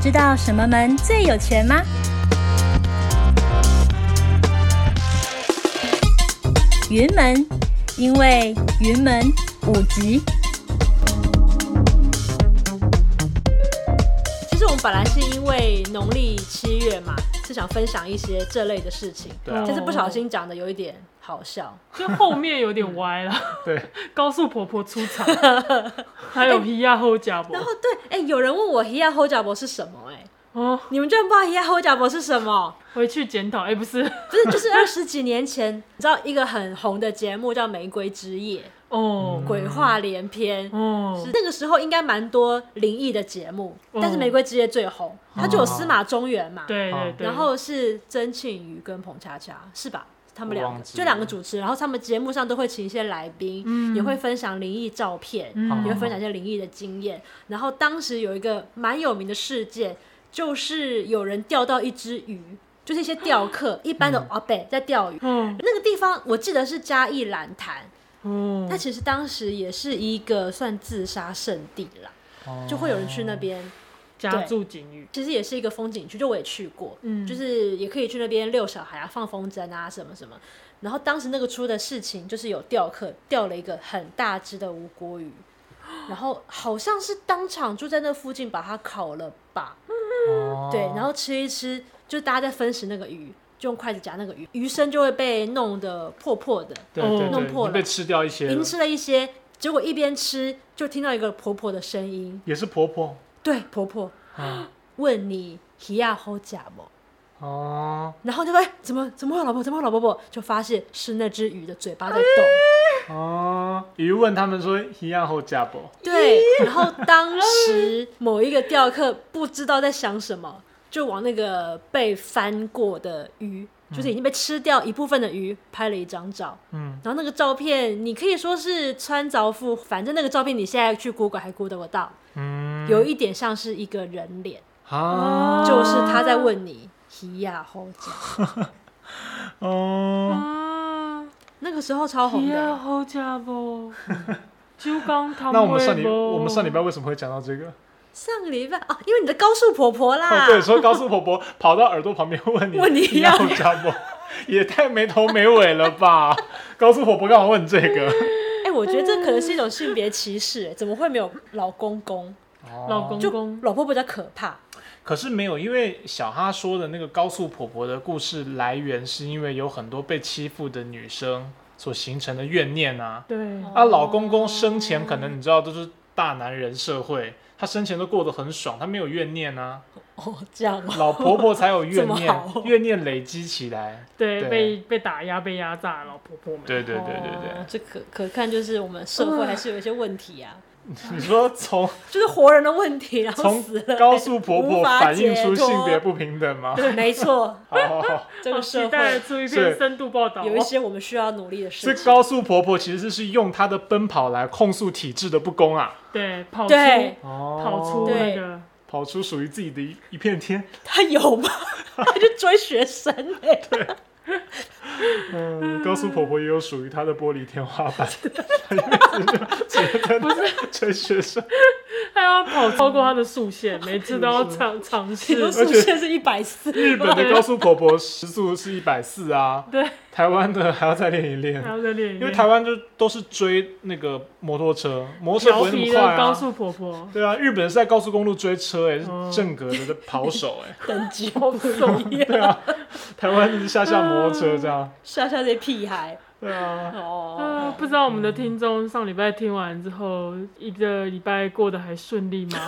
知道什么门最有钱吗？云门，因为云门五级。其实我们本来是因为农历七月嘛，是想分享一些这类的事情，对啊但是不小心讲的有一点好笑。就后面有点歪了。 对，高速婆婆出场，还有皮亚后家婆然。后对，哎、有人问我 “hia h o j a b o 是什么、哎，哦，你们居然不知道 “hia h o j a b o 是什么？回去检讨。哎、不是，不是，就是二十几年前， 你知道一个很红的节目叫《玫瑰之夜哦》，，嗯鬼话连篇。哦是，那个时候应该蛮多灵异的节目，但是《嗯玫瑰之夜》最红，它就有司马中原嘛，对对对。然后是曾庆瑜跟彭恰恰，是吧？他们我两忘个记就两个主持人，然后他们节目上都会请一些来宾，嗯也会分享灵异照片，嗯也会分享一些灵异的经验。然后当时有一个蛮有名的事件，就是有人钓到一只鱼，就是一些钓 客，一般嗯的阿北在钓鱼。哦那个地方我记得是嘉义蓝潭，嗯哦那，其实当时也是一个算自杀圣地啦，就会有人去那边家住警语。其实也是一个风景区，就我也去过，嗯就是也可以去那边遛小孩啊、放风筝啊什么什么。然后当时那个出的事情就是有钓客钓了一个很大只的无国鱼，然后好像是当场就在那附近把它烤了吧，哦对，然后吃一吃，就大家在分食那个鱼，就用筷子夹那个鱼，鱼身就会被弄得破破的，对对对，弄破已经被了吃掉一些了您，吃了一些，结果一边吃就听到一个婆婆的声音，也是婆婆对，婆婆啊，问你鱼亚好假不？哦然后就会怎么怎么会有老婆，怎么会有老婆婆，就发现是那只鱼的嘴巴在动。哎哦，鱼问他们说一样后加不？对，然后当时某一个钓客不知道在想什么，就往那个被翻过的鱼，就是已经被吃掉一部分的鱼，拍了一张照。嗯，然后那个照片，你可以说是穿凿附，反正那个照片你现在去 Google 还 Google 得到，嗯，有一点像是一个人脸，哦啊，就是他在问你皮亚后甲。哦，啊，那个时候超红皮的、亚后家 婆，就刚他那我们上礼我们上礼拜为什么会讲到这个？上个礼拜哦，因为你的高速婆婆啦，哦，对，说高速婆婆跑到耳朵旁边问你，啊问你一样后加不？ 也太没头没尾了吧！高速婆婆干嘛问这个？哎、我觉得这可能 是一种性别歧视、哎怎么会没有老公公？老公就公老婆婆比较可怕，可是没有，因为小哈说的那个高速婆婆的故事来源，是因为有很多被欺负的女生所形成的怨念啊。对哦啊，老公公生前可能你知道都是大男人社会，他生前都过得很爽，他没有怨念啊。哦，这样哦，老婆婆才有这 怨么念好哦，怨念累积起来。对对被被打压被压榨的老婆婆们。对对对对哦对，这可可看就是我们社会还是有一些问题啊，你说 从就是活人的问题，然后从死了，哎高速婆无婆法反映解脱出性别不平等 吗？哦没错，好好好，这好个期社待会出一篇是深度报道哦。有一些我们需要努力的事这情。高速婆婆其实是用她的奔跑来控诉体制的不公啊。对跑出对跑跑出那对个跑出属于自己的一一片天。他有吗？ 他就追学生哎、嗯，高速婆婆也有属于她的玻璃天花 板，她一直就觉得陈学生，他要跑超过他的速限，每次都要尝尝欸，试都。速限是一百四，日本的高速婆婆时速是一百四啊，对，嗯台湾的还要再练一然练，后在练一练，因为台湾就都是追那个摩托车，摩托车不调会那皮么的快高啊。速婆婆，对啊，日本是在高速公路追车、欸，哦是正格的跑手、欸，等级不一样，对啊，台湾是下下摩托车这 样，吓吓这些屁孩对啊，哦。啊，不知道我们的听众上礼拜听完之后，一个礼拜过得还顺利 吗？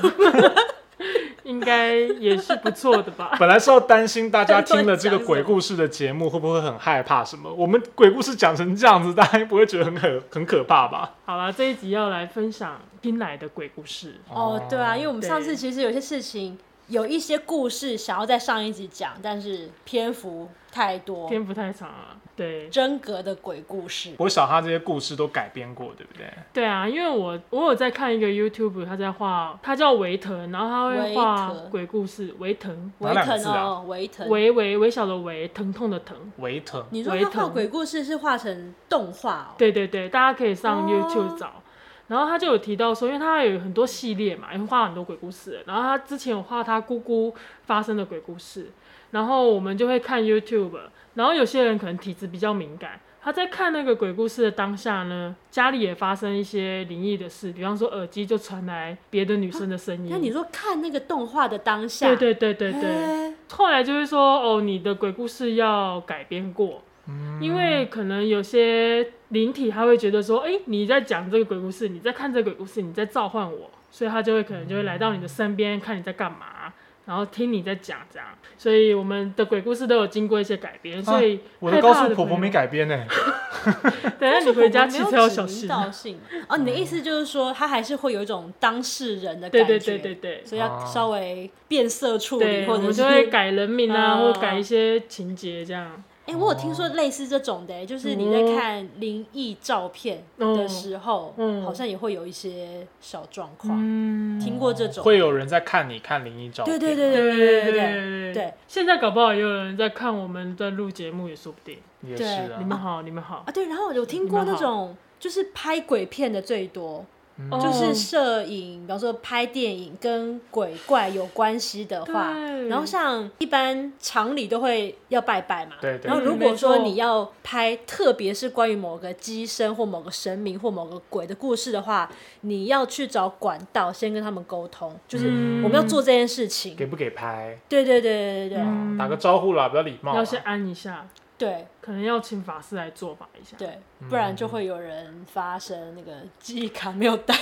应该也是不错的 吧。本来是要担心大家听了这个鬼故事的节目会不会很害怕什么？我们鬼故事讲成这样子，大家不会觉得很可很可怕吧？好啦，这一集要来分享听来的鬼故事。哦，对啊，因为我们对上次其实有些事情，有一些故事想要在上一集讲，但是篇幅太哦多，篇幅太长了，对真格的鬼故事。我小哈这些故事都改编过，对不对？对啊，因为我我有在看一个 YouTube，他在画，他叫维腾，然后他会维画腾鬼故事，维腾，哪维两个腾字啊哦，维腾。维维微小的维，疼痛的疼。维腾，你说维他画腾鬼故事是画成动画哦？对对对，大家可以上哦 YouTube 找。然后他就有提到说，因为他有很多系列嘛，因为画了很多鬼故事，然后他之前有画他姑姑发生的鬼故事，然后我们就会看 YouTube，然后有些人可能体质比较敏感，他在看那个鬼故事的当下呢，家里也发生一些灵异的事，比方说耳机就传来别的女生的声音。那你说看那个动画的当下，嗯对对对对对。哎后来就会说哦，你的鬼故事要改编过，因为可能有些灵体他会觉得说，哎、你在讲这个鬼故事，你在看这个鬼故事，你在召唤我，所以他就会可能就会来到你的身边，看你在干嘛，然后听你在讲这样。所以我们的鬼故事都有经过一些改编，所以、我的高速婆婆没，改编呢、等一下但是你回家我没骑有车要指小名心。啊嗯道姓哦，你的意思就是说，他还是会有一种当事人的感对觉，对对对对。所以要哦稍微变色处理，对，或我者们是就会改人名啊，嗯或改一些情节这样。哎、我有听哦说类似这种的、哎就是你在嗯看灵异照片的时候，嗯嗯好像也会有一些小状况。嗯，听过这种？会有人在看你看灵异照对对片，对对对对对对对对现在搞不好也有人在看我们在录节目，也说不定。也是对啊你，们好，你们好啊！，对，然后有听过那种就是拍鬼片的最多，哦啊就是摄影，比方说拍电影跟鬼怪有关系的话，对啊然后像一般常理都会要拜拜嘛，对对然后如嗯果没错说你要拍，特别是关于某个机身或某个神明或某个鬼的故事的话，你要去找管道先跟他们沟通，就是嗯我们要做这件事情。给不给拍？对对对对对对、啊嗯打个招呼啦，比较礼貌啊。要先安一下，对可能要请法师来做法一下。，对，嗯不然就会有人发生那个记忆卡没有带。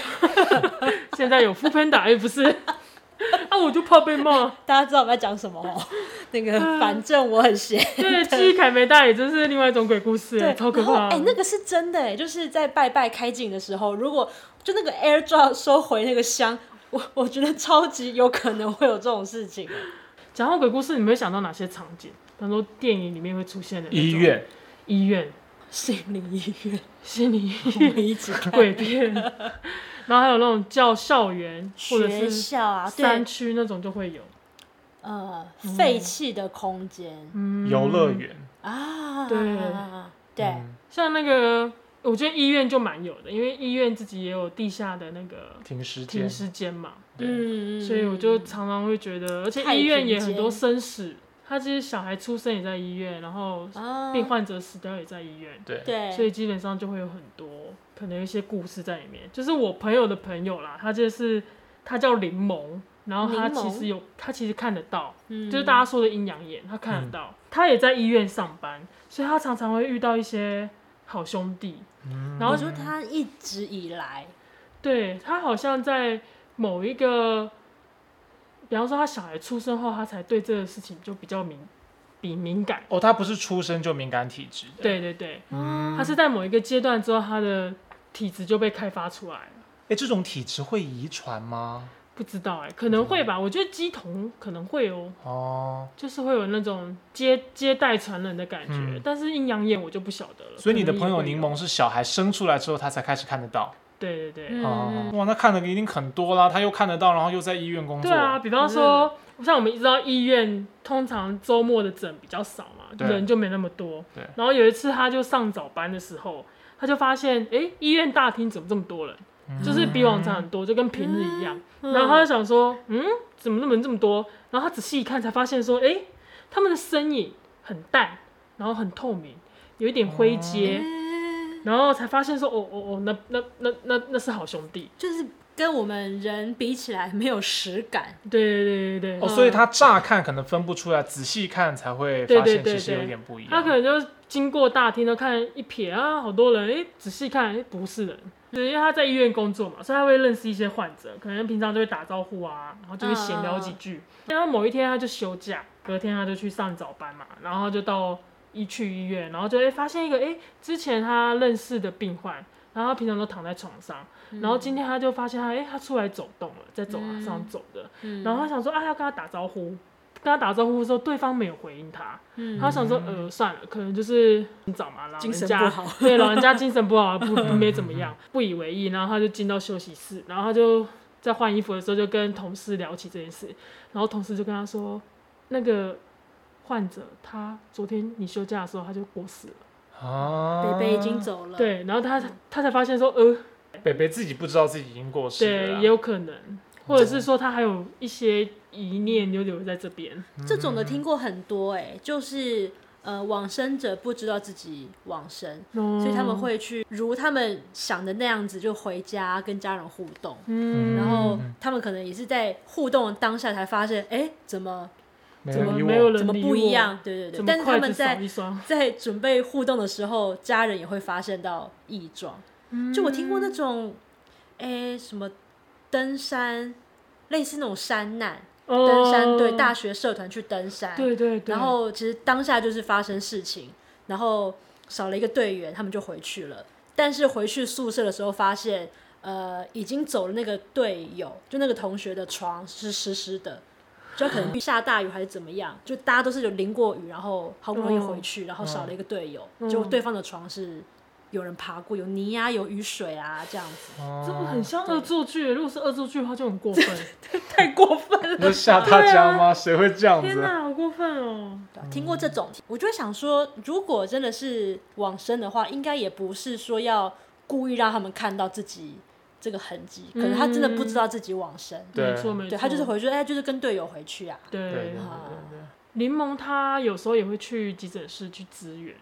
现在有副喷打，哎，不是，啊，我就怕被骂。大家知道我们在讲什么哦？ 那个嗯反正我很闲。对，记忆凯没带也真是另外一种鬼故事，哎对，超可然后怕。哎、那个是真的哎、就是在拜拜开镜的时候，如果就那个 AirDrop 收回那个香，我我觉得超级有可能会有这种事情。啊讲到鬼故事，你们会想到哪些场景？比方说电影里面会出现的那种医、院，医院、心灵医院，心理 我们一起看 鬼片，然后还有那种叫校园或者学是校啊，山对，区那种就会有。呃，废弃的空间、嗯游乐园，啊，对对。嗯像那个，我觉得医院就蛮有的，因为医院自己也有地下的那个停尸间停，尸间嘛，对，嗯所以我就常常会觉得，而且太医院平也很多间生死，他其实小孩出生也在医院，然后啊，病患者死掉也在医院，对，对，所以基本上就会有很多可能有一些故事在里面。就是我朋友的朋友啦，他就是他叫柠檬。然后他柠檬其实有，他其实看得到，嗯就是大家说的阴阳眼，他嗯看得到。他也在医院上班，所以他常常会遇到一些好兄弟，嗯然后我说他一直以来，对他好像在某一个，比方说他小孩出生后，他才对这个事情就比较敏，比敏感。哦，他不是出生就敏感体质的，对对对，嗯，他是在某一个阶段之后，他的体质就被开发出来了。哎，这种体质会遗传吗？不知道哎、可能会吧。我觉得鸡同可能会有，哦，就是会有那种接接待传人的感觉。嗯但是阴阳眼我就不晓得了。所以你的可朋能也友会嗯有柠，檬是小孩生出来之后他才开始看得到，对对对，哦嗯，哇，那看的一定很多啦，他又看得到，然后又在医院工作，对啊，，比方说，像我们知道医院通常周末的诊比较少嘛，对人就没那么多。对然后有一次他就上早班的时候，他就发现，哎、医院大厅怎么这么多人？嗯就是比往常很多，就跟平日一样。嗯然后他就想说，嗯，怎么那么人这么多？然后他仔细一看，才发现说，哎、他们的身影很淡，然后很透明，有一点灰阶。哦然后才发现说，哦哦哦，那那那那那是好兄弟，就是跟我们人比起来没有实感，对对对对对，哦，所以他乍看可能分不出来，仔细看才会对发对现对其实有对点不一样。他可能就经过大厅都看一瞥啊，好多人，哎、仔细看，哎、不是人，就是因为他在医院工作嘛，所以他会认识一些患者，可能平常就会打招呼啊，然后就会闲聊几句。然后某一天他就休假，隔天他就去上早班嘛，然后就到一去医院，然后就会发现一个，哎、之前他认识的病患，然后他平常都躺在床上，然后今天他就发现他，哎、他出来走动了，在走廊上走的，嗯然后他想说，啊，要跟他打招呼。跟他打招呼的时候，对方没有回应他，嗯他想说，呃，算了，可能就是你找嘛，老人精神家不好 对，老人家精神不好，啊不不没怎么样，不以为意，然后他就进到休息室，然后他就在换衣服的时候就跟同事聊起这件事，然后同事就跟他说，那个患者他昨天你休假的时候他就过世了，啊，北北已经走了，对，然后他他才发现说，呃，北北自己不知道自己已经过啊世了啊对，啦，也有可能，或者是说他还有一些遗念就留在这边。嗯这种的听过很多哎、就是呃往生者不知道自己往生，所所以他们，会去如他们想的那样子就回家跟家人互动，嗯，然后他们可能也是在互动的当下才发现，哎、怎么没怎么人理没有我，人怎么理不一我？样？对对嗯怎对，么但是他筷们子少在一双，在准备互动的时候，家人也会发现到异状。就我听过那嗯种，哎、什么登山，类似那种山难，登山对哦大学社团去登山，对对对，然后其实当下就是发生事情，然后少了一个队员，他们就回去了。但是回去宿舍的时候发现，呃，已经走了那个队友，就那个同学的床是湿湿的，就可能下大雨还是怎么样，就大家都是有淋过雨，然后好不容易回去，然后少了一个队友，就对方的床是有人爬过，有泥啊，有雨水啊，这样子。哦这不很像恶作剧。如果是恶作剧的话，就很过分。 太过分了。那吓大家吗？谁会这样天子？哪，好过分哦！啊听过这种，我就会想说，如果真的是往生的话，应该也不是说要故意让他们看到自己这个痕迹，可能他真的不知道自己往生，对没嗯错没错，对他就是回去，哎，就是跟队友回去啊，对对对对柠檬他有时候也会去急诊室去支援，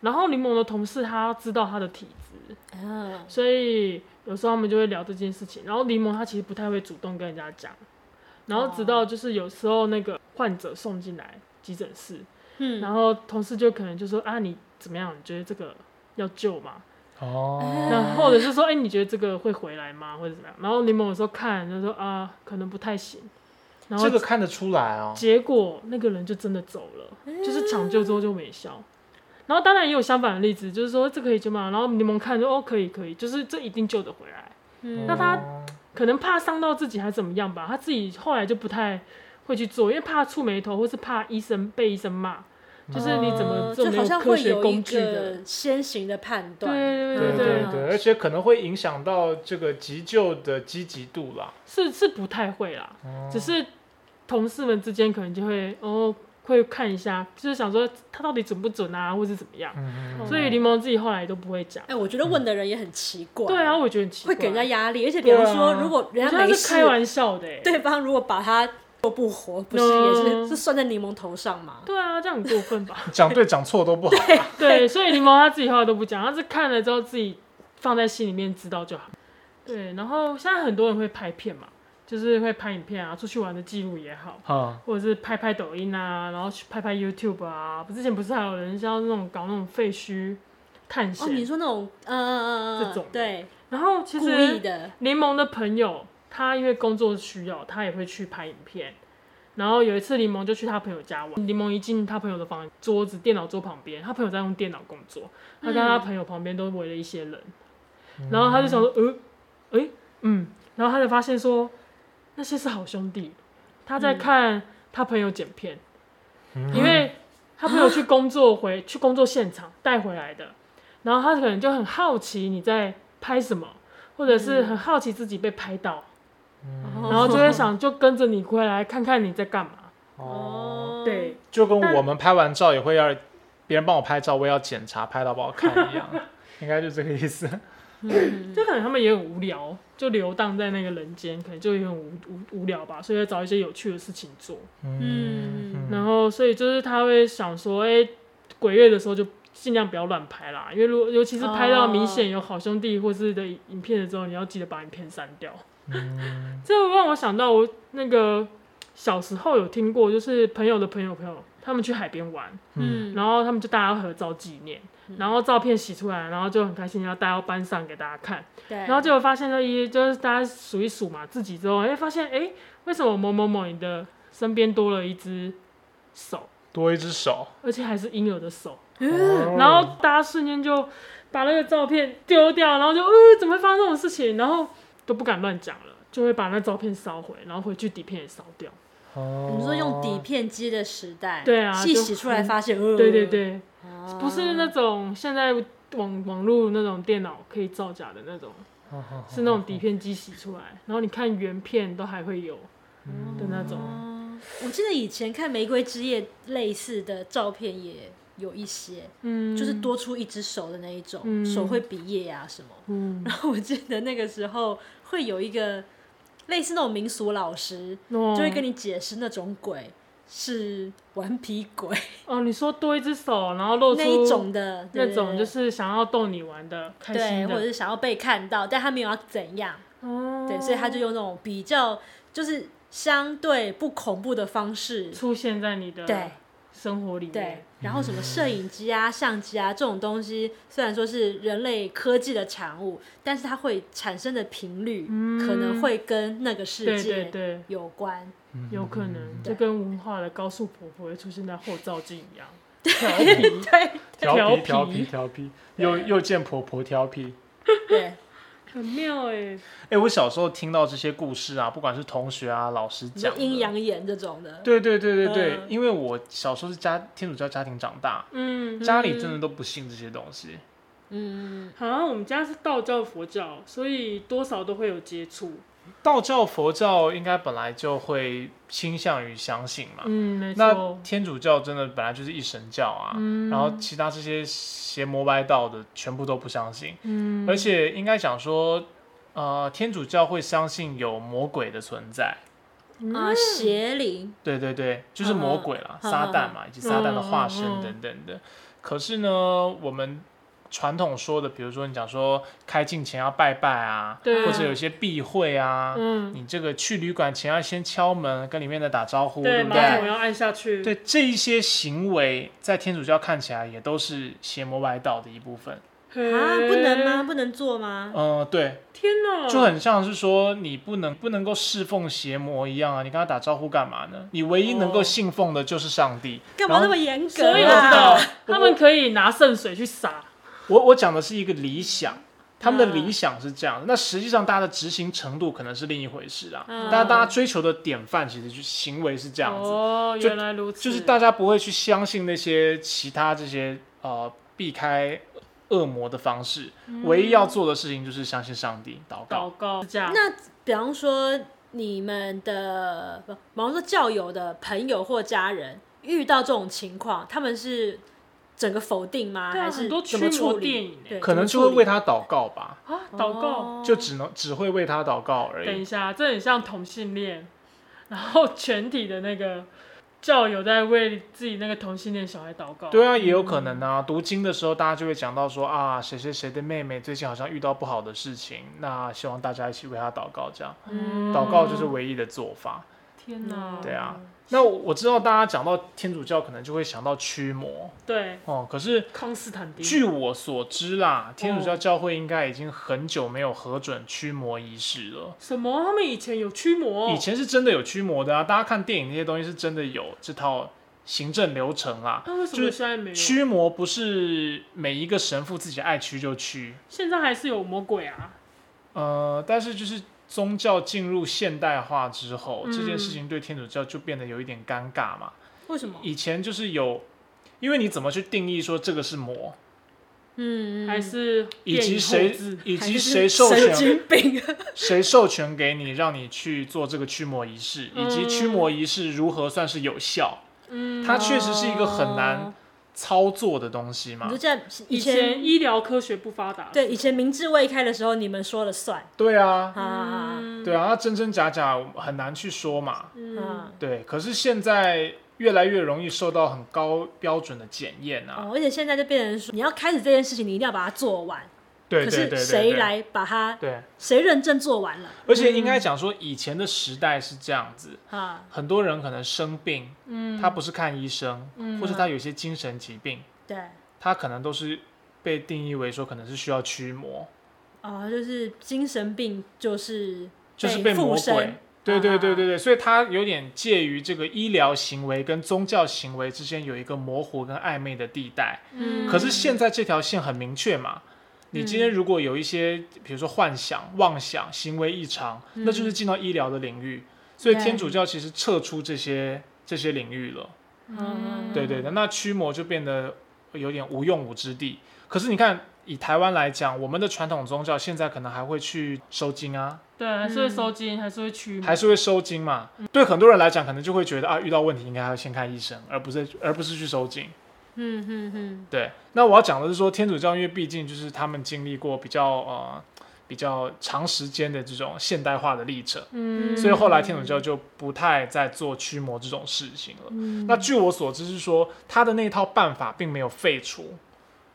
然后柠檬的同事他知道他的体质，嗯，所以有时候他们就会聊这件事情。然后柠檬他其实不太会主动跟人家讲，然后直到就是有时候那个患者送进来急诊室，嗯然后同事就可能就说啊你怎么样？你觉得这个要救吗？对哦，那或者是说哎、你觉得这个会回来吗？或者怎么样？然后柠檬有时候看就说啊可能不太行，然后这个看得出来哦。结果那个人就真的走了，嗯就是抢救之后就没效。然后当然也有相反的例子，就是说这可以救吗？然后柠檬看就哦可以可以，就是这一定救得回来。嗯那他哦可能怕伤到自己还是怎么样吧，他自己后来就不太会去做，因为怕触眉头，或是怕医生被医生骂，就是你怎么这哦就没好有像科会学有一工具的个，先行的判断，对对对对嗯对，而且可能会影响到这个急救的积极度啦。是是不太会啦，只是同事们之间可能就会哦会看一下，就是想说他到底准不准啊，或是怎么样。嗯嗯所以柠檬自己后来都不会讲。哎，我觉得问的人也很奇怪，对啊，，我也觉得很奇怪，会给人家压力，而且比对啊方说，如果人我家觉得没他事是，开玩笑啊的、欸，对啊方如果把他活不活，不是也是是算在柠檬头上吗？对啊，这样很过分吧？ 讲对讲错都不好。对，所以柠檬他自己后来都不讲，他是看了之后自己放在心里面知道就好。对，然后现在很多人会拍片嘛，就是会拍影片啊，出去玩的记录也好，嗯，或者是拍拍抖音啊，然后去拍拍 YouTube 啊。之前不是还有人像那种搞那种废墟探哦，你险，说那种，嗯、呃，这种对，然后其故意实的，柠檬的朋友他因为工作需要，他也会去拍影片。然后有一次，柠檬就去他朋友家玩。柠檬一进他朋友的房，桌子、电脑桌旁边，他朋友在用电脑工作，他跟他朋友旁边都围了一些人。然后他就想说，呃，诶，嗯，然后他就发现说，那些是好兄弟。他嗯在看他朋友剪片，因为他朋友去工作回、 去工作现场带回来的，然后他可能就很好奇你在拍什么，或者是很好奇自己被拍到，嗯哦然后就会想就跟着你回来看看你在干嘛。哦，哦，对，就跟我们拍完照也会要别人帮我拍照，我也要检查拍到不好看 一样，应该就这个意思。嗯就可能他们也很无聊，就游荡在那个人间，可能就也很无无无聊吧，所以要找一些有趣的事情做。嗯，然后，所以就是他会想说，哎、鬼月的时候就尽量不要乱拍啦，因为如果尤其是拍到明显有好兄弟或是的影片的时候，你要记得把影片删掉。 这让我想到我那个小时候有听过，就是朋友的朋友朋友，他们去海边玩，嗯，然后他们就大家合照纪念，然后照片洗出来，然后就很开心，要带到班上给大家看。对，然后结果发现了一就是大家数一数嘛，自己之后，哎、发现哎、诶为什么某某某你的身边多了一只手，多一只手，哦而且还是婴儿的手，嗯然然后大家瞬间就把那个照片丢掉，然后就，呃，怎么会发生这种事情？然后都不敢乱讲了，就会把那照片烧毁，然后回去底片也烧掉。嗯你说用底片机的时代，对啊细就洗出来很发现，呃对对，对，啊不是那种现在网网络那种电脑可以造假的那种，是那种底片机洗出来，然后你看原片都还会有的那种。哦我记得以前看《玫瑰之夜》类似的照片也有一些，嗯，就是多出一只手的那一种，嗯手会比耶啊什么。 嗯然后我记得那个时候会有一个类似那种民俗老师，哦，就会跟你解释那种鬼是顽皮鬼哦，你说多一只手，然后露出那一种的，对那种，就。对对是想要逗你玩的，开对，心或者的，是想要被看到，但他没有要怎样，哦，对，所以他就用那种比较就是相对不恐怖的方式，出现在你的对生活里对面，，然后什么摄影机啊、相机啊这种东西，虽然说是人类科技的产物，但是它会产生的频率可能会跟那个世嗯对对界对，有关。嗯有可能对就跟文化的高速婆婆会出现在后照镜一样，调皮，调皮调调皮皮调皮，又又见婆婆调皮。对，很妙欸哎，哎，我小时候听到这些故事啊，不管是同学啊、老师你说讲的阴阳眼这种的，对对对对对，嗯因为我小时候是家天主教家庭长大，嗯，家里真的都不信这些东西。嗯，好像我们家是道教、佛教，所以多少都会有接触。道教、佛教应该本来就会倾向于相信嘛。嗯，没那错。天主教真的本来就是一神教啊，嗯然后其他这些邪魔歪道的全部都不相信，嗯，而且应该讲说，呃，天主教会相信有魔鬼的存在。嗯啊，邪灵，对对对，就是魔鬼啦，嗯嗯嗯撒旦嘛，以及撒旦的化身等等的。可是呢，我们传统说的，比如说你讲说开镜前要拜拜啊，对或者有些嗯避讳啊，嗯，你这个去旅馆前要先敲门，跟里面的打招呼，对，不马对桶？要按下去。，对这一些行为，在天主教看起来也都是邪魔歪道的一部分。啊，不能吗？？不能做吗？嗯、对，天嗯哪，就很像是说你不能不能够侍奉邪魔一样啊！你跟他打招呼干嘛呢？你唯一能够信奉的就是上帝。哦干嘛那然么后严格所以我知道啊？他们可以拿圣水去洒。我我讲的是一个理想，他们嗯的理想是这样的，那实际上大家的执行程度可能是另一回事啊。嗯大家大家追求的典范其实就是行为是这样子，哦，就原来如此。就是大家不会去相信那些其他这些呃避开恶魔的方式，嗯唯一要做的事情就是相信上帝祷告。祷告是这样。那比方说你们的，呃不，比方说教友的朋友或家人遇到这种情况，他们是整个否定吗？对啊还是很多怎么驱处魔理？电影欸对，可能怎就么处会理为他祷告吧，啊，祷告。哦就只能只会为他祷告而等一已。下，这很像同性恋，然后全体的那个教友在为自己那个同性恋小孩祷告。对啊，也有可能啊。读经的时候，大家就会讲到说啊，谁谁谁的妹妹最近好像遇到不好的事情，那希望大家一起为她祷告，这样嗯祷告就是唯一的做法。天哪，对啊，那我知道大家讲到天主教，可能就会想到驱魔对，哦。可是康斯坦丁。据我所知啦，天主教教会应该已经很久没有核准驱魔仪式了。什么？他们以前有驱魔、以前是真的有驱魔的啊，大家看电影那些东西是真的有这套行政流程啦。那为什就么是现在没有？驱魔不是每一个神父自己爱驱就驱，现在还是有魔鬼啊？呃，但是就是宗教进入现代化之后，这件事嗯情对天主教就变得有一点尴尬嘛。为什么？以前就是有，因为你怎么去定义说这个是魔，嗯，嗯还是以及电影谁后置以还及是谁授神权经 病？谁授权给你让你去做这个驱魔仪式，嗯以及驱魔仪式如何算是有效，嗯，它确实是一个很难操作的东西你嘛说。这样以以前前医疗科学不发达，对以前明智未开的时候，你们说了算对啊，啊嗯，对啊，那真真假假很难去说嘛。嗯，啊！对，可是现在越来越容易受到很高标准的检验啊。哦，而且现在就变成说，你要开始这件事情，你一定要把它做完。对可对对是对，谁对？来嗯把它？对，谁认证做完了而且应该讲说，以前的时代是这样子，啊？很多人可能生病，嗯，他不是看医生，嗯或者他有一些精神疾病，对，他可能都是被定义为说可能是需要驱魔，哦，就是精神病，就是就是被魔附鬼身。。对对对啊对对，所以他有点介于这个医疗行为跟宗教行为之间有一个模糊跟暧昧的地带。嗯可是现在这条线很明确嘛，你今天如果有一些，比如说幻想、妄想、行为异常，嗯那就是进到医疗的领域。所以对天主教其实撤出这些这些领域了。嗯对对的，那驱魔就变得有点无用武之地。可是你看，以台湾来讲，我们的传统宗教现在可能还会去收金啊，对，还是会收金，还是会驱魔，嗯还是会收金嘛。对很多人来讲，可能就会觉得啊，遇到问题应该要先看医生，而不是而不是去收金。嗯嗯嗯，对，那我要讲的是说，天主教因为毕竟就是他们经历过比较呃比较长时间的这种现代化的历程，嗯，所以后来天主教就不太在做驱魔这种事情了。嗯那据我所知是说，他的那套办法并没有废除，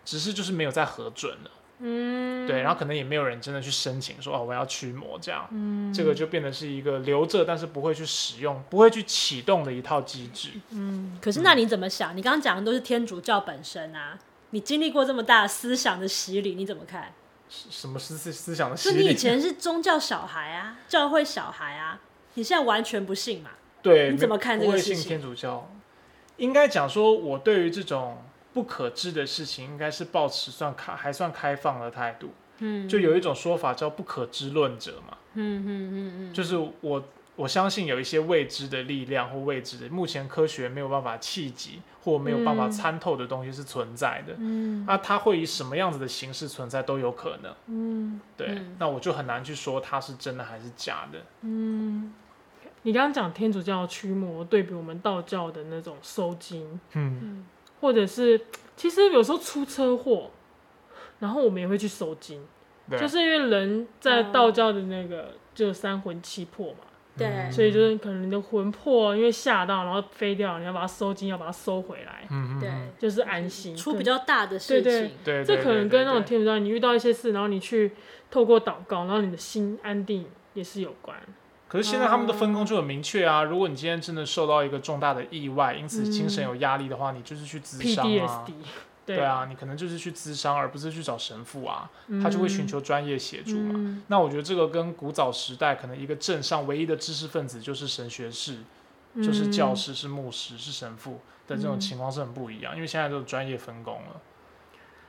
只是就是没有再核准了。嗯对，然啊后可能也没有人真的去申请说哦，我要驱魔这样，嗯这个就变得是一个留着但是不会去使用、不会去启动的一套机制。嗯可是那你怎么想？你刚刚讲的都是天主教本身啊，你经历过这么大思想的洗礼，你怎么看？是什么思思思想的洗就你以礼？前是宗教小孩啊，教会小孩啊，你现在完全不信嘛？对，你怎么看这个不会事信情天主教，应该讲说，我对于这种不可知的事情，应该是保持算开还算开放的态度。嗯，就有一种说法叫不可知论者嘛，嗯嗯嗯嗯，就是我我相信有一些未知的力量或未知的，目前科学没有办法企及或没有办法嗯参透的东西是存在的。嗯那、它会以什么样子的形式存在都有可能，嗯对，嗯那我就很难去说它是真的还是假的。嗯，你刚刚讲天主教的驱魔对比我们道教的那种收金，嗯，或者是其实有时候出车祸，然后我们也会去收金，对，嗯就是因为人在道教的那个就三魂七魄嘛，嗯对，所以就是可能你的魂魄因为吓到，然后飞掉，你要把它收金，要把它收回来，嗯，嗯嗯对，就是安心。出比跟较大的事情，对对，这对可能跟那种。对对对天主教，你遇到一些事，然后你去透过祷告，然后你的心安定也是有关。可是现在他们的分工就很明确哦啊。如果你今天真的受到一个重大的意外，因此精嗯神有压力的话，你就是去咨商啊 PDSD，。对啊，你可能就是去咨商，而不是去找神父啊，嗯，他就会寻求专业协助嘛。嗯那我觉得这个跟古早时代可能一个镇上唯一的知识分子就是神学士，就是教师、是牧师、是神父的这种嗯情况是很不一样，因为现在都有专业分工了。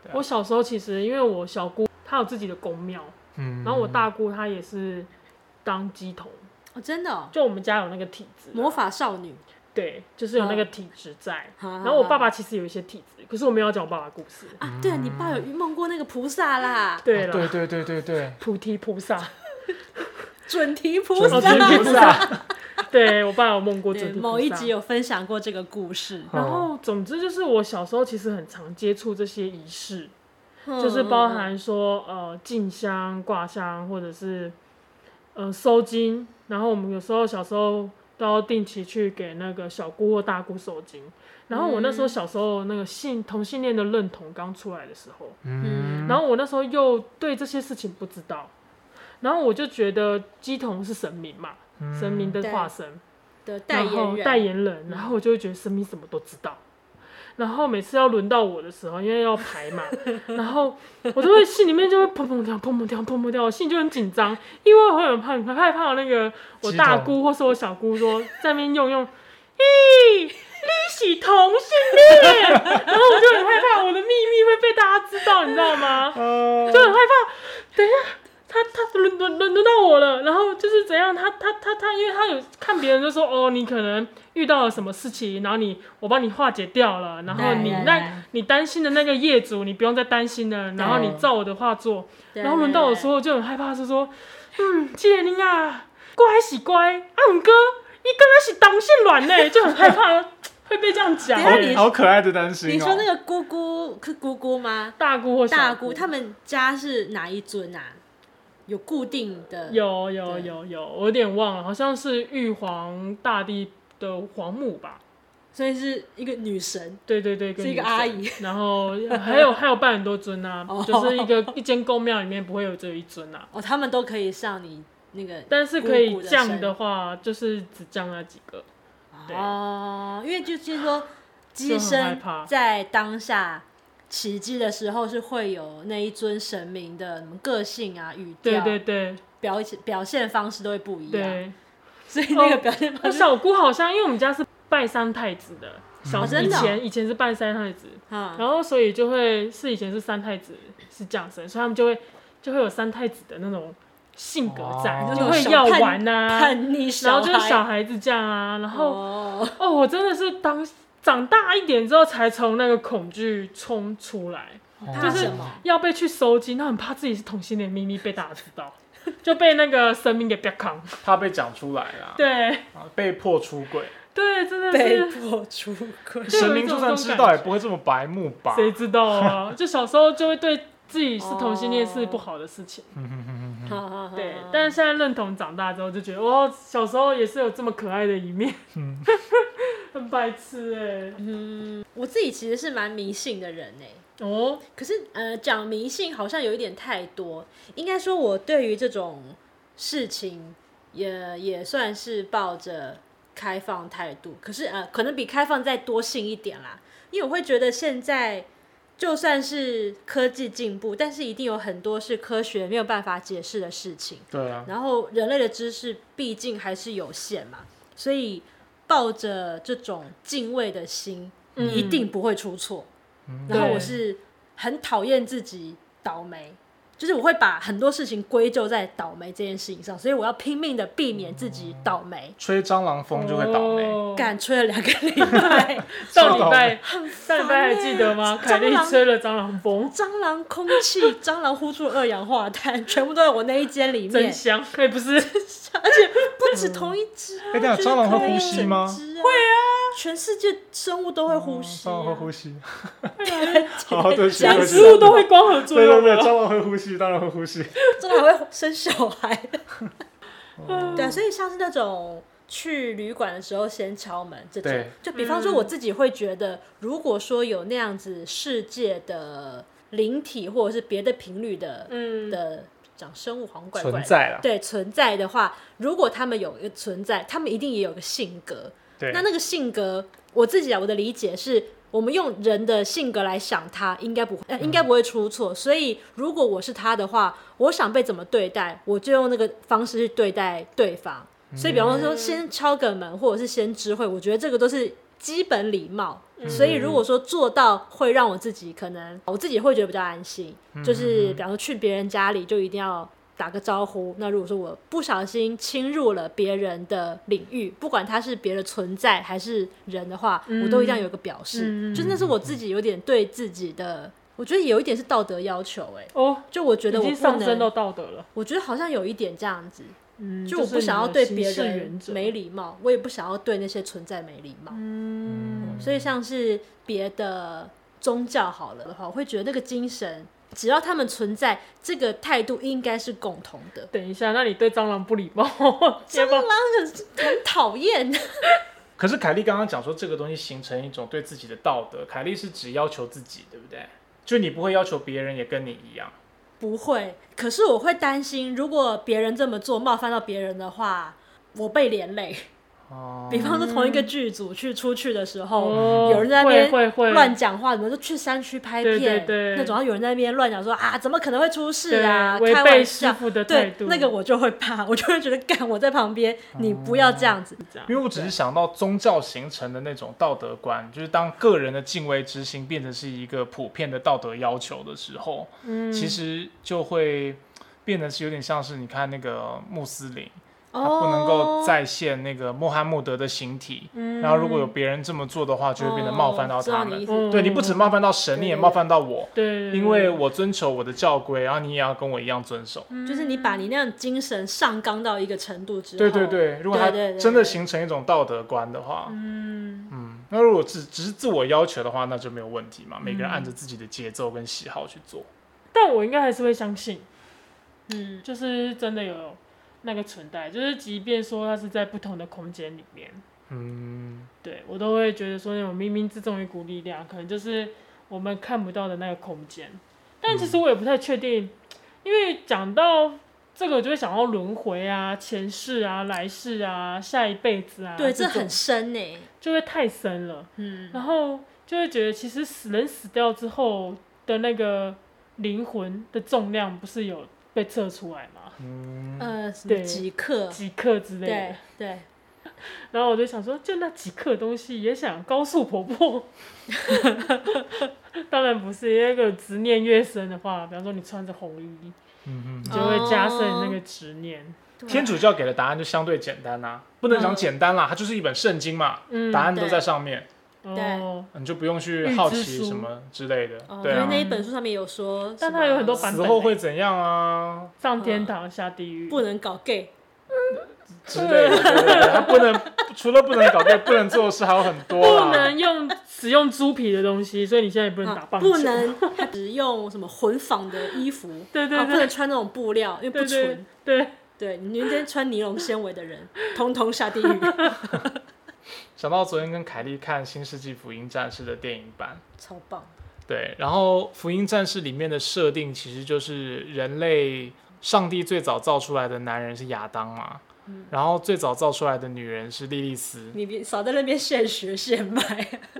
对啊我小时候其实因为我小姑她有自己的公庙，嗯，然后我大姑她也是当鸡童，哦，真的、哦，就我们家有那个体质啊，魔嗯法少女。对，就是有那个体质在。然然后我爸爸其实有一些体质，可是我没有要讲我爸爸的故事。啊，对啊，你爸有梦过那个菩萨啦，对啊哦对了，对对对对， 菩提菩萨，嗯准提菩哦准萨。提菩 萨，对我爸有梦过对，准提菩萨。某一集有分享过这个故事，嗯然后，总之就是我小时候其实很常接触这些仪式，嗯就是嗯包含说呃进香、挂香，或者是呃收金。然后我们有时候小时候都要定期去给那个小姑或大姑收金。然后我那时候嗯小时候那个性同性恋的认同刚出来的时候，嗯然后我那时候又对这些事情不知道，然后我就觉得鸡童是神明嘛，神明的嗯对化身。的代然言后人，代言人，然后我就会觉得神明什么都知道。然后每次要轮到我的时候，因为要排 嘛，然后我就会心里面就会砰砰跳、砰砰跳、砰砰跳，我心里就很紧张，因为我会很怕、很害怕那个我大姑或是我小姑说在那边用用，咦，你是同性恋， 然后我就很害怕我的秘密会被大家知道，你知道吗？呃就很害怕。等一下，他他轮轮轮轮到我了，然后就是怎样？他他他他，因为他有看别人就说哦，你可能遇到了什么事情，然后你我帮你化解掉了，然后对你对那对你担心的那个业主，你不用再担心了，然后你照我的话做。对然后轮到我的时，候，我就很害怕，是说嗯，既然你啊，乖是乖，啊唔哥，你刚刚是同性恋呢，就很害怕会被这样讲、等一下欸你好可爱的担心哦。你说那个姑姑是姑姑吗？大姑或小大姑他们家是哪一尊啊？有固定的，有有对有有，我有点忘了，好像是玉皇大帝的皇母吧？所以是一个女神，对对对，是一个女神阿姨。然后还有还有拜很多尊啊哦，就是一个一间宫庙里面不会有只有一尊啊。哦，他们都可以上你那个但是可以姑姑的降身的话，就是只降那几个。对哦，因为就是说，机就很害身怕在当下起机的时候是会有那一尊神明的什么个性啊、语对调、对对表现表现方式都会不一样，对，所以那个哦表现我方式小姑好像因为我们家是拜三太子的，小哦以真的哦前以前是拜三太子，啊， 然后所以就会是以前是三太子是降生，所以他们就会就会有三太子的那种性格在，哦就会要玩呐、啊，叛逆小然孩，后就是小孩子这样啊，然后哦，哦，我真的是当长大一点之后才从那个恐惧冲出来，怕就是什么？要被去收集，那很怕自己是同性恋秘密被大家知道，就被那个神明给别扛，他被讲出来了，对啊被迫出轨，对，真的被是迫出 轨。有一神明就种算这种知道，感也不会这么白目吧？谁知道啊？就小时候就会对自己是同性恋是不好的事情，对。嗯但是现在认同长大之后，就觉得哇，小时候也是有这么可爱的一面，嗯 很白痴哎、我自己其实是蛮迷信的人呢、欸哦，可是呃，讲迷信好像有一点太多。应该说，我对于这种事情也也算是抱着开放态度。可是呃，可能比开放再多信一点啦，因为我会觉得现在就算是科技进步，但是一定有很多是科学没有办法解释的事情。对啊，然后人类的知识毕竟还是有限嘛，所以抱着这种敬畏的心，嗯一定不会出错。嗯然后我对是很讨厌自己倒霉，就是我会把很多事情归咎在倒霉这件事情上，所以我要拼命的避免自己倒霉。吹蟑螂风就会倒霉。哦敢吹了两个礼拜， 上倒礼拜很烦、上欸礼拜还记得吗？凯莉吹了蟑螂风，蟑螂空气，蟑螂呼出二氧化碳，全部都在我那一间里真面，香，哎、不是，而且不止同一只、啊。哎，等下就是蟑螂会可以呼吸整吗？只啊会啊，全世界生物都会呼吸、啊蟑哦螂会呼吸，吸。好，对 不起，对养不起植物都会光啊合作对对用对，的。蟑螂会呼吸，当然会呼 吸。真的还会生小孩。对嗯啊，所以像是那种去旅馆的时候先敲门这种对，嗯就比方说我自己会觉得，如果说有那样子世界的灵体或者是别的频率的、嗯，的讲生物好像怪怪存的在了，对存在的话，如果他们有一个存在，他们一定也有个性格。对那那个性格，我自己啊，我的理解是，我们用人的性格来想他，应该不会，呃，应该不会出错。所以，如果我是他的话，我想被怎么对待，我就用那个方式去对待对方。所以，比方说，先敲个门，或者是先知会，我觉得这个都是基本礼貌。所以，如果说做到，会让我自己可能我自己会觉得比较安心。就是，比方说去别人家里，就一定要打个招呼。那如果说我不小心侵入了别人的领域，不管他是别的存在还是人的话，嗯我都一定要有个表示。嗯就那是我自己有点对自己的，我觉得有一点是道德要求、欸。哎，哦，就我觉已得我经不上升到能，道德了。我觉得好像有一点这样子，嗯，就我不想要对是你别的行事人原则没礼貌，我也不想要对那些存在没礼貌。嗯，所以像是别的宗教好了的话，我会觉得那个精神，只要他们存在，这个态度应该是共同的。等一下，那你对蟑螂不礼貌， 蟑要不要螂很很讨厌，可是凯莉刚刚讲说，这个东西形成一种对自己的道德。凯莉是只要求自己，对不对？就你不会要求别人也跟你一样。 不会。可是我会担心，如果别人这么做冒犯到别人的话，我被连累。嗯哦，比方说，同一个剧组去出去的时候，哦有人在那会边会会乱讲话，怎么就去山区拍片对对对那种，要有人在那边乱讲说啊，怎么可能会出事啊？对开违背玩师笑，傅的态对，度，那个我就会怕，我就会觉得干，我在旁边，你不要这样子。嗯这样因为我只是想到宗教形成的那种道德观，就是当个人的敬畏之心变成是一个普遍的道德要求的时候，嗯其实就会变得是有点像是你看那个穆斯林，他哦，嗯不能够再现那个穆罕默德的形体，然后如果有别人这么做的话，就会变得冒犯到哦知道他你们意。思嗯对你不止冒犯到神，对你也对冒犯到我，对，因为我遵守我的教规，然后你也要跟我一样遵守。就是你把你那样精神上纲到一个程度之后，对对对，如果他对对对真的对形成一种道德观的话，嗯嗯，那如果只只是自我要求的话，那就没有问题嘛。每个人嗯按着自己的节奏跟喜好去做。但我应该还是会相信，嗯，就是真的有那个存在，就是即便说它是在不同的空间里面，嗯，对我都会觉得说那种冥冥之中有一股力量，可能就是我们看不到的那个空间。但其实嗯我也不太确定，因为讲到这个，我就会想到轮回啊、前世啊、来世啊、下一辈子啊，对，这这种很深呢、就会太深了。嗯，然后就会觉得，其实死人死掉之后的那个灵魂的重量，不是有被测出来吗？嗯嗯呃，什么对极客，几克之类对的。对，然后我就想说，就那几克东西也想高诉婆婆？ 当然不是，因为那个执念越深的话，比方说你穿着红衣，嗯你就会加深那个执念。天主教给的答案就相对简单啦、不能讲简单啦，它就是一本圣经嘛，嗯，答案都对在上面，对哦，你就不用去预好知奇书什么之类的。哦，因对为啊那，一本书上面有说，但它有很多版死本后欸会怎样啊嗯上天堂下地狱，不能搞 gay， 之类的，对对对它不能除了不能搞对，不能做的事还有很多不啦。能用使用猪皮的东西，所以你现在也不能打啊棒球，不能 只用什么混纺的衣服，对对啊对不能穿那种布料，因为对不对纯。对，对，你今天穿尼龙纤维的人，通通下地 狱，想到昨天跟凯莉看《新世纪福音战士》的电影版，超棒。对，然后《福音战士》里面的设定其实就是人类，上帝最早造出来的男人是亚当嘛，然后最早造出来的女人是莉莉丝。你别少在那边现学现卖，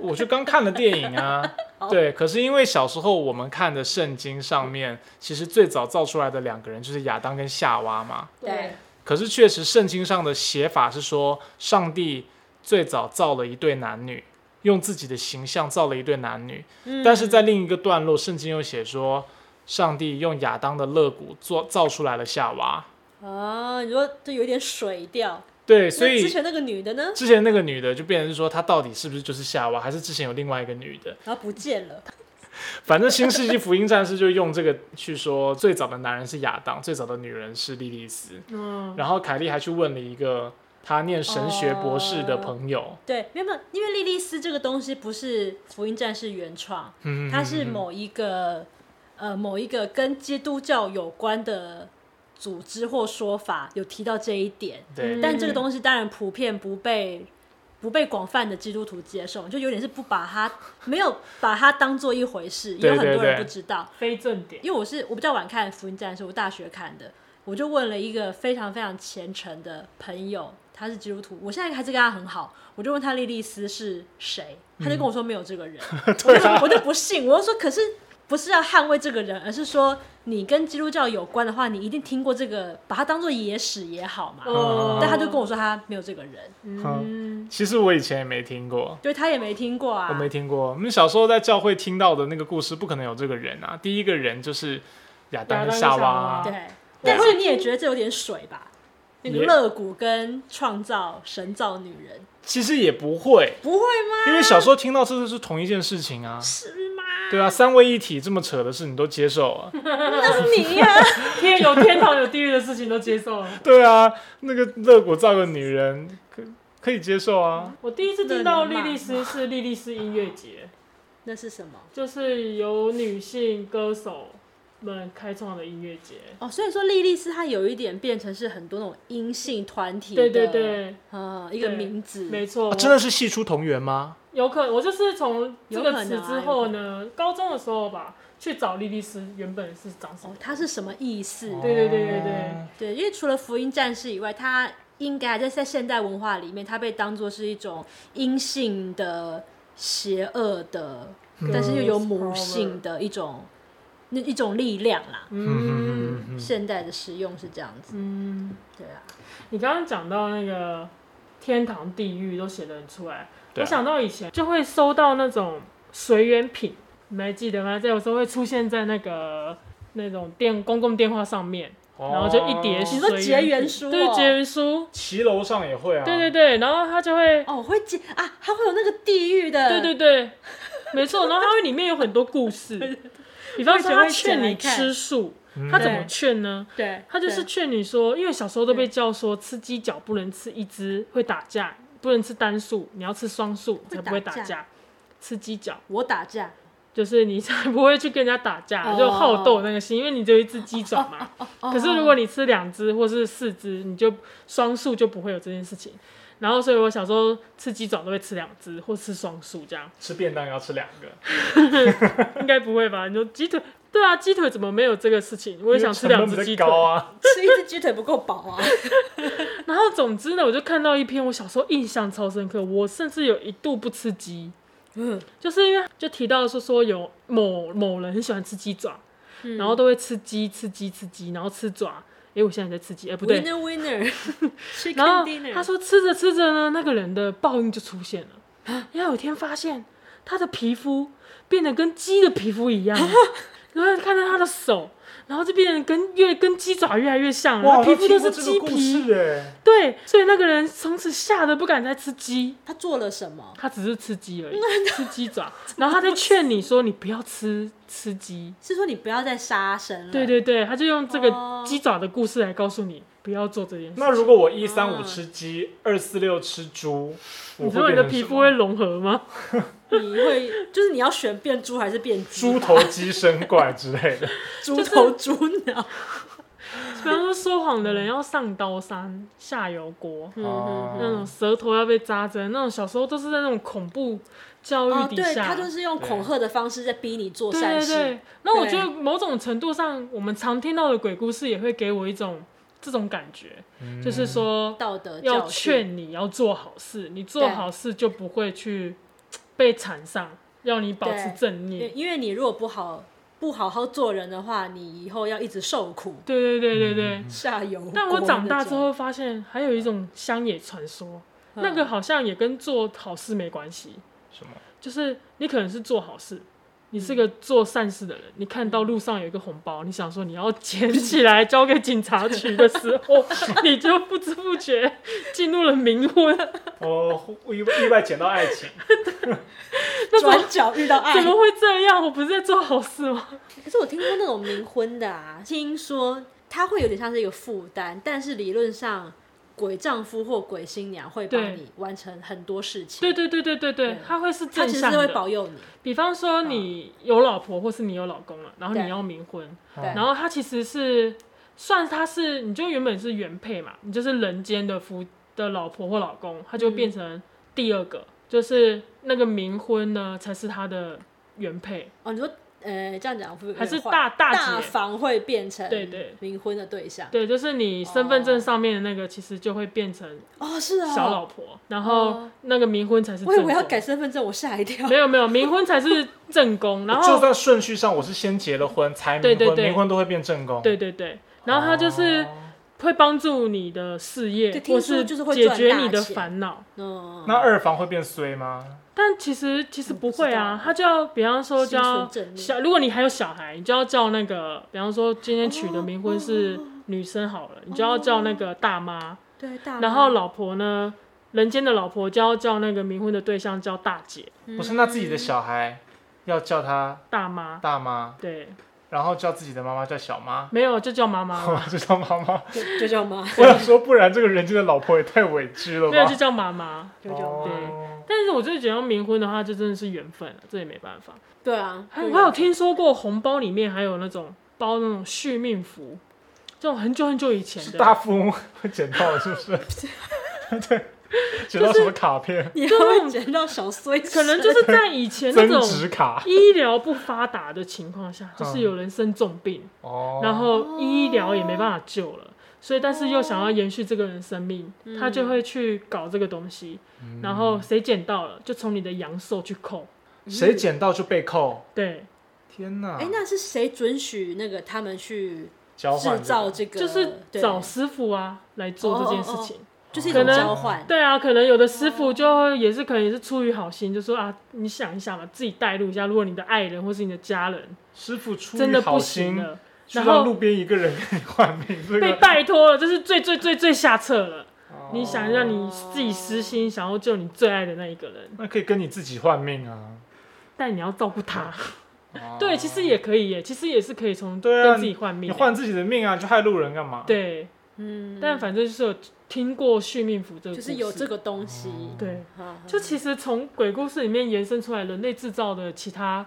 我就刚看了电影啊，对，可是因为小时候我们看的圣经上面，其实最早造出来的两个人就是亚当跟夏娃嘛。对，可是确实圣经上的写法是说，上帝最早造了一对男女，用自己的形象造了一对男女。嗯但是在另一个段落，圣经又写说，上帝用亚当的肋骨做造出来了夏娃。啊，你说这有点水调。对，所以那之前那个女的呢，之前那个女的就变成是说，她到底是不是就是夏娃，还是之前有另外一个女的？然后不见了，反正《新世纪福音战士》就用这个去说，最早的男人是亚当，最早的女人是莉莉丝。嗯，然后凯莉还去问了一个她念神学博士哦的朋友，对，没有，没有因为莉莉丝这个东西不是福音战士原创，嗯，它是某一个呃某一个跟基督教有关的组织或说法有提到这一点，嗯对，但这个东西当然普遍不被不被广泛的基督徒接受，就有点是不把它没有把它当做一回事，也有对对很多人对不知道。非正点，因为我是我比较晚看《福音战士》，我大学看的，我就问了一个非常非常虔诚的朋友，他是基督徒，我现在还是跟他很好，我就问他莉莉丝是谁，他就跟我说没有这个人，我就我就不信，我就说可是不是要捍卫这个人，而是说你跟基督教有关的话，你一定听过这个，把它当做野史也好嘛。哦，但他就跟我说他没有这个人，嗯，其实我以前也没听过。对他也没听过啊，我没听过，我们小时候在教会听到的那个故事，不可能有这个人啊。第一个人就是亚当跟夏娃啊，亚当对，但是你也觉得这有点水吧？那个也乐谷跟创造神造女人，其实也不会，不会 吗？因为小时候听到这就是同一件事情啊。是吗？对啊，三位一体这么扯的事你都接受啊？ 那是你 呀、天有天堂有地狱的事情都接受了。 对啊，那个肋骨造个女人可可以接受啊。我第一次听到莉莉丝是莉莉丝音乐节，那是什么？就是由女性歌手们开创的音乐节。哦，所以说莉莉丝她有一点变成是很多那种阴性团体的，对对，对，呃，一个对名字，没错，啊真的是系出同源吗？有可能，我就是从这有可个词能啊之后呢，高中的时候吧，去找莉莉丝原本是长什么哦，，它是什么意思？对对对对对哦对，因为除了福音战士以外，它应该在在现代文化里面，它被当做是一种阴性的、邪恶的，嗯但是又有母性的一种那一种力量啦。嗯嗯现代的使用是这样子，嗯，对啊，你刚刚讲到那个天堂、地狱都写得很出来，对啊我想到以前就会收到那种随缘品，你们还记得吗？这有时候会出现在那个那种电公共电话上面，然后就一叠哦水你说结缘书哦对结缘书，骑楼上也会啊。对对对，然后他就会，哦，我会记啊，它会有那个地狱的，对对对，没错，然后它会里面有很多故事，比方说他劝你吃嗯素，他怎么劝呢？对，他就是劝你说，因为小时候都被教说吃鸡脚不能吃一只，会打架；不能吃单数，你要吃双数才不会打会打架。吃鸡脚我打架，就是你 才不会去跟人家打架，哦就好斗那个心，因为你只有一只鸡爪嘛。可是如果你吃两只或是四只，你就双数就不会有这件事情。然后，所以我小时候吃鸡爪都会吃两只或吃双数这样，吃便当要吃两个，应该不会吧？你说鸡腿，对啊，鸡腿怎么没有这个事情？我也想吃因为两成本只比鸡较腿。高啊。吃一只鸡腿不够饱 啊。然后总之呢，我就看到一篇我小时候印象超深刻，我甚至有一度不吃鸡，嗯，就是因为就提到说说有某某人很喜欢吃鸡爪，嗯然后都会吃鸡吃鸡吃鸡，然后吃爪。诶，我现在也在吃鸡，哎、不对。 ，winner winner， 然 chicken 后 dinner。他说吃着吃着呢，那个人的报应就出现啊 了，因为有一天发现他的皮肤变得跟鸡的皮肤一样，然后看到他的手，然后就变得跟越跟鸡爪越来越像了，哇，他嗯皮肤我听过都是这鸡个故皮。事哎，对，所以那个人从此吓得不敢再吃鸡，他做了什么？他只是吃鸡 而已，吃鸡爪。然后他在劝你说你不要吃吃鸡。是说你不要再杀生了？对对对，他就用这哦个鸡爪的故事来告诉你不要做这件事。那如果我一三五吃鸡，二四六吃猪，我嗯你知会道变你的成皮什肤么会融 合吗？你会就是你要选变猪还是变鸡猪头鸡身怪之类 的，猪头猪脑？比方说说谎嗯的人要上刀山、下油锅，哦那种舌头要被扎针，那种小时候都是在那种恐怖教哦育，底对，下。他就是用恐吓的方式在逼你做对善对事。对，那我对觉得某种程度上，我们常听到的鬼故事也会给我一种这种感觉，嗯就是说道德要教训，劝你要做好事，你做好事就不会去被缠上，要你保持对正因为念。因为你如果不好不好好做人的话，你以后要一直受苦对对对对对。嗯下油锅那种。但我长大之后发现，还有一种乡野传说，嗯，那个好像也跟做好事没关系。什么？就是你可能是做好事，你是个嗯做善事的人，你看到路上有一个红包，你想说你要捡起来交给警察局的时 候，你就不知不觉进入了冥婚，哦，意外意外捡到爱 情，那怎么转角遇到爱 怎，么会这样？我不是在做好事吗？可是我听说那种冥婚的啊，听说它会有点像是一个负担，但是理论上鬼丈夫或鬼新娘会帮对你完成很多事情， 对对对对对对对，他会是他正其实向会的。保佑你。比方说你有老婆，或是你有老公了，然后对你要冥婚，对，然后他其实是算他是你就原本是原配嘛，你就是人间的夫的老婆或老公，他就变成第二个，就是那个冥婚呢才是他的原配，哦，你说呃，这样讲会不会有还是点坏大大大姐？房会变成对对冥婚的对象？对，就是你身份证上面的那个，其实就会变成哦，是哦，小老婆，然后那个冥婚才是我以正为要宫。改身份证，我吓一跳。 没有没有，冥婚才是 正宫，然就后算顺序上我是先结了婚才对冥对婚，对冥婚都会变正宫。对对对，然后他就是嗯哦会帮助你的事业对，听或说是就是会解赚决大你的钱烦恼。嗯，那二房会变衰吗？但其实其实不嗯会我不啊知道，他就要比方说就要心存正念小，如果你还有小孩，你就要叫那个，比方说今天娶的冥婚是女生好了，你就要叫那个大妈，对大，然后老婆呢，人间的老婆就要叫那个冥婚的对象叫大姐、嗯不是，那自嗯己的小孩要叫他大妈，大妈，对，然后叫自己的妈妈叫小妈， 没有就叫 妈妈嘛，就叫妈妈。就就叫妈， 我想说，不然这个人间的老婆也太委屈了没有就吧？叫妈妈。就叫妈。哦但是我就觉得冥婚的话，就真的是缘分了，啊这也没办法。对啊，还对我还有听说过红包里面还有那种包那种续命符，这种很久很久以前是的。大富翁会捡到的是不是？ 对，捡到什么卡片？你还会捡到小碎石，可能就是在以前那 增种值卡医疗不发达的情况下，就是有人生重病，哦。然后医疗也没办法救了，所以但是又想要延续这个人生命，他就会去搞这个东西，然后谁捡到了就从你的阳寿去扣，谁捡到就被扣。对，天哪！哎，那是谁准许那个他们去交换制这个造这个？就是对找师傅啊来做这件事情。哦就是一种可能交换。对啊，可能有的师傅就会也是可能也是出于好心，就说啊，你想一想嘛，自己带入一下，如果你的爱人或是你的家人师傅出真于的不好行心，了，去然让后路边一个人跟你换命，这被个拜托了，这是最最最最下策了。哦你想让你自己私心想要救你最爱的那一个人，那可以跟你自己换命啊。但你要照顾他。哦对，其实也可以耶，其实也是可以从对啊跟自己换命你的。换自己的命啊，就害路人干嘛？，对，嗯，但反正就是有听过续命符这个故就事，是有这个东西。嗯对。啊，就其实从鬼故事里面延伸出来，人类制造的其他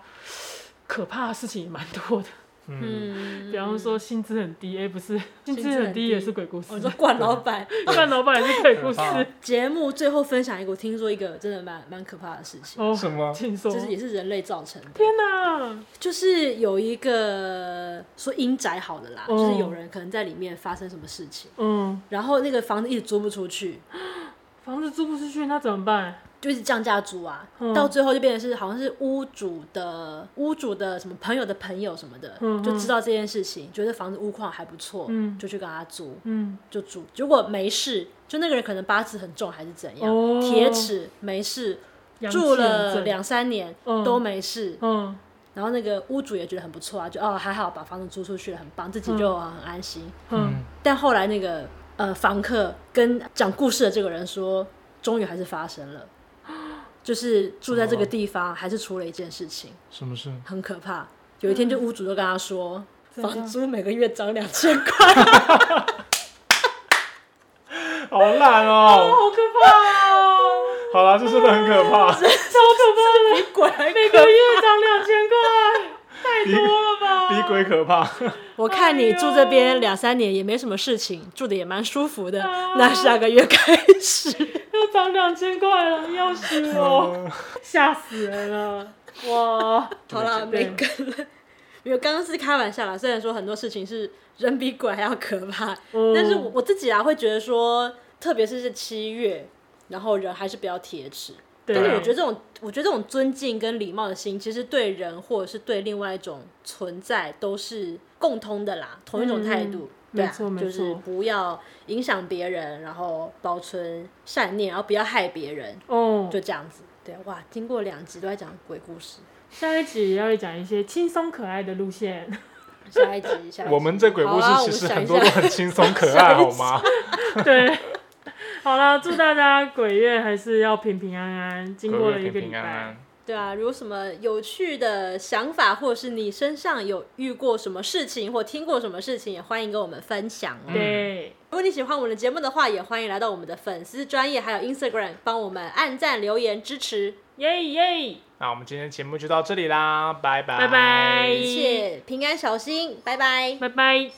可怕的事情也蛮多的。嗯，嗯比方，说薪资很低，哎、不是，薪资资很很低低也是鬼故事我，哦 说冠老板干老板也是鬼故事可。怕节目最后分享一个，我听说一个真的蛮蛮可怕的事情，哦，什么？请说。就是也是人类造成的。天哪！就是有一个说阴宅好了啦，哦就是有人可能在里面发生什么事情，嗯，然后那个房子一直租不出去，房子租不出去，那怎么办？就一直降价租啊，嗯到最后就变成是好像是屋主的屋主的什么朋友的朋友什么的，嗯就知道这件事情，觉得房子屋况还不错，嗯就去跟他租，嗯，就租，结果没事，就那个人可能八字很重还是怎哦样，铁齿没事，阳气住很了正两三年嗯都没事，嗯，然后那个屋主也觉得很不错啊，就哦还好把房子租出去了，很棒，自己就很安心。嗯，但后来那个呃房客跟讲故事的这个人说，终于还是发生了，就是住在这个地方还是出了一件事情，什么事？很可怕。有一天就屋主就跟他说，怎样房租每个月涨两千 块，好烂哦！好可怕哦，好啦，这真的很可 怕，啊超可怕的，比鬼还每个月涨两千块，太多了吧？比鬼可怕。我看你住这哎呦啊边两三年也没什么事情，住的也蛮舒服的。那下个月开始，要涨两千块了，要死哦我，吓死人了！ 哇，哦好啦，没梗了。没有，刚刚是开玩笑啦。虽然说很多事情是人比鬼还要可怕，嗯但是我我自己啊会觉得说，特别是是七月，然后人还是比较铁齿。对啊但是我觉得这种，我觉得这种尊敬跟礼貌的心，其实对人或者是对另外一种存在都是共通的啦，同一种态度。嗯对没啊错，没就是错不要影响别人，然后保存善念，然后不要害别人，哦，就这样子。对，啊哇，经过两集都在讲鬼故事，下一集也要讲一些轻松可爱的路 线。下一集，下一集。我们这鬼故事好啊其实很我多们都想一下很轻松可爱，好吗？对，好了，祝大家鬼月还是要平平安安，经过了一平个礼平拜。安安。 对啊，如果什么有趣的想法，或者是你身上有遇过什么事情，或听过什么事情，也欢迎跟我们分享哦。嗯对，如果你喜欢我们的节目的话，也欢迎来到我们的粉丝专业还有 Instagram，帮我们按赞、留言支持。嗯耶耶，那我们今天节目就到这里啦，拜拜，拜拜一切平安小心，拜拜。拜拜。